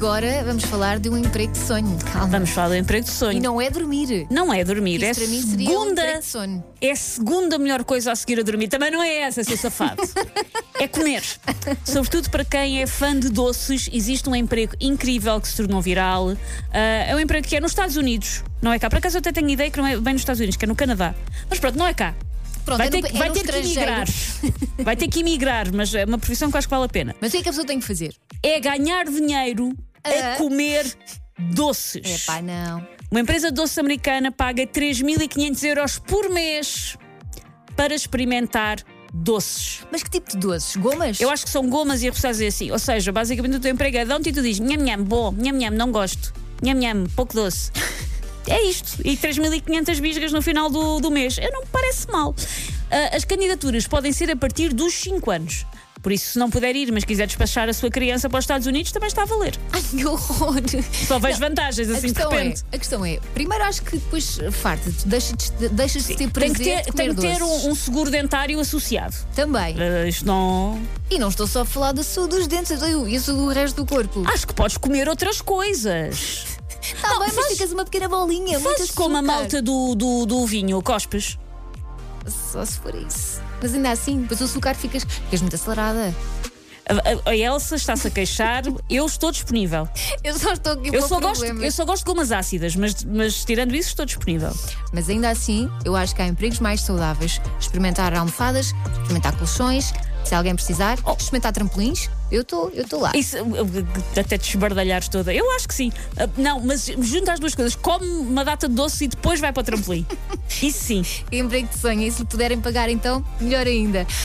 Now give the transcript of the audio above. Agora vamos falar de um emprego de sonho. Calma. Vamos falar do emprego de sonho. E Não, não é dormir. é dormir, é Isso para mim seria um segunda. emprego de sono. é a segunda melhor coisa a seguir a dormir. Também não é essa, seu safado. é comer. Sobretudo para quem é fã de doces, existe um emprego incrível que se tornou viral. Ah, é um emprego que é nos Estados Unidos, não é cá. Por acaso eu até tenho ideia que não é bem nos Estados Unidos, que é no Canadá. Mas pronto, não é cá. Pronto, vai era ter, um- era que- vai um ter que estrangeiro. emigrar. Vai ter que emigrar, mas é uma profissão que acho que vale a pena. Mas o que é que a pessoa tem que fazer? É ganhar dinheiro Ah. a comer doces. É pá, não. Uma empresa de doces americana paga 3.500 euros por mês para experimentar doces. Mas que tipo de doces? Gomas? Eu acho que são gomas e a pessoa diz assim. Ou seja, basicamente o teu empregadão-te e tu dizes nham nham, bom, nham nham, não gosto, nham nham, pouco doce. É isto. E 3.500 bisgas no final do, do mês. Eu não me parece mal. Ah, as candidaturas podem ser a partir dos 5 anos. Por isso, se não puder ir, mas quiser despachar a sua criança para os Estados Unidos, também está a valer. Ai, que horror. Só vejo vantagens, A assim, de questão, é, repente. a questão é, primeiro acho que depois farta-te, deixas de, deixas de ter Tem prazer que ter, de tem comer que ter doces. um- um seguro dentário associado. Também. Eh, Isto não. E não estou só a falar da sua dos dentes, eu isso do resto do corpo. Acho que podes comer outras coisas. Está bem, mas ficas uma pequena bolinha, muito Fazes como a açúcar. malta do, do, do vinho, cospes. Só se for isso. Mas ainda assim, depois o açúcar ficas, ficas muito acelerada. A, a- a Elsa está-se a queixar, eu estou disponível. Eu só estou aqui Eu para só, gosto, problemas. eu só gosto de gomas ácidas, mas, mas tirando isso, estou disponível. Mas ainda assim, eu acho que há empregos mais saudáveis. Experimentar almofadas, experimentar colchões, se alguém precisar, Oh. experimentar trampolins, eu estou eu estou lá. Isso, eh, até te esbardalhares toda. Eu acho que sim. Ah, Não, mas junta as duas coisas. Come uma data de doce e depois vai para o trampolim. Isso sim. Emprego de sonho, e se lhe puderem pagar, então, melhor ainda.